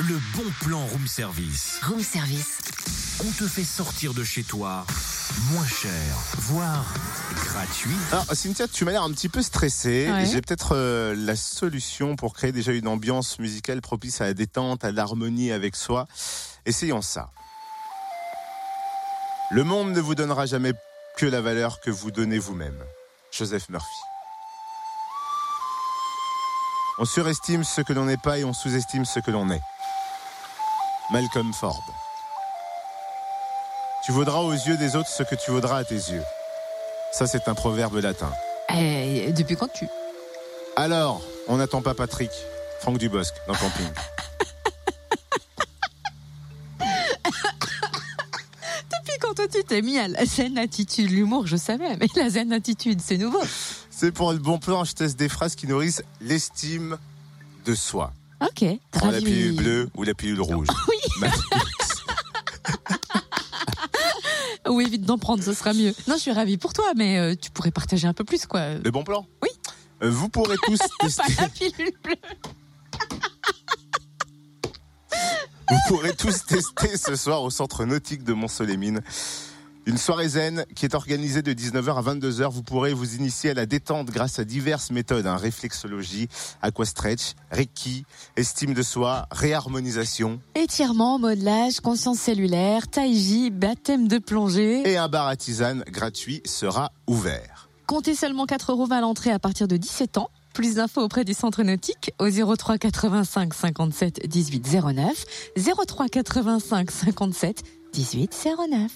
Le bon plan room service. Room service. On te fait sortir de chez toi moins cher, voire gratuit. Alors Cynthia, tu m'as l'air un petit peu stressée. Ouais. J'ai peut-être euh, la solution pour créer déjà une ambiance musicale propice à la détente, à l'harmonie avec soi. Essayons ça. Le monde ne vous donnera jamais que la valeur que vous donnez vous-même. Joseph Murphy. On surestime ce que l'on n'est pas et on sous-estime ce que l'on est. Malcolm Ford. Tu vaudras aux yeux des autres ce que tu vaudras à tes yeux. Ça, c'est un proverbe latin. Eh, depuis quand tu Alors, on n'attend pas Patrick, Franck Dubosc, dans Camping. Depuis quand toi tu t'es mis à la zen attitude L'humour, je savais, mais la zen attitude, c'est nouveau. C'est pour le bon plan, je teste des phrases qui nourrissent l'estime de soi. Ok. Prends la ravi. pilule bleue ou la pilule rouge. Bah, Oui, évite d'en prendre, ce sera mieux. Non, je suis ravie pour toi, mais euh, tu pourrais partager un peu plus, quoi. Le bon plan Oui. Euh, Vous pourrez tous Pas tester, la pilule bleue. vous pourrez tous tester ce soir au centre nautique de Mont-Soleil-Mine. Une soirée zen qui est organisée de 19h à 22h. Vous pourrez vous initier à la détente grâce à diverses méthodes. hein. réflexologie, aquastretch, reiki, estime de soi, réharmonisation Étirement, modelage, conscience cellulaire, taiji, baptême de plongée. et un bar à tisane gratuit sera ouvert. Comptez seulement 4 euros à l'entrée à partir de 17 ans. Plus d'infos auprès du centre nautique au 03 85 57 18 09. 03 85 57 18 09.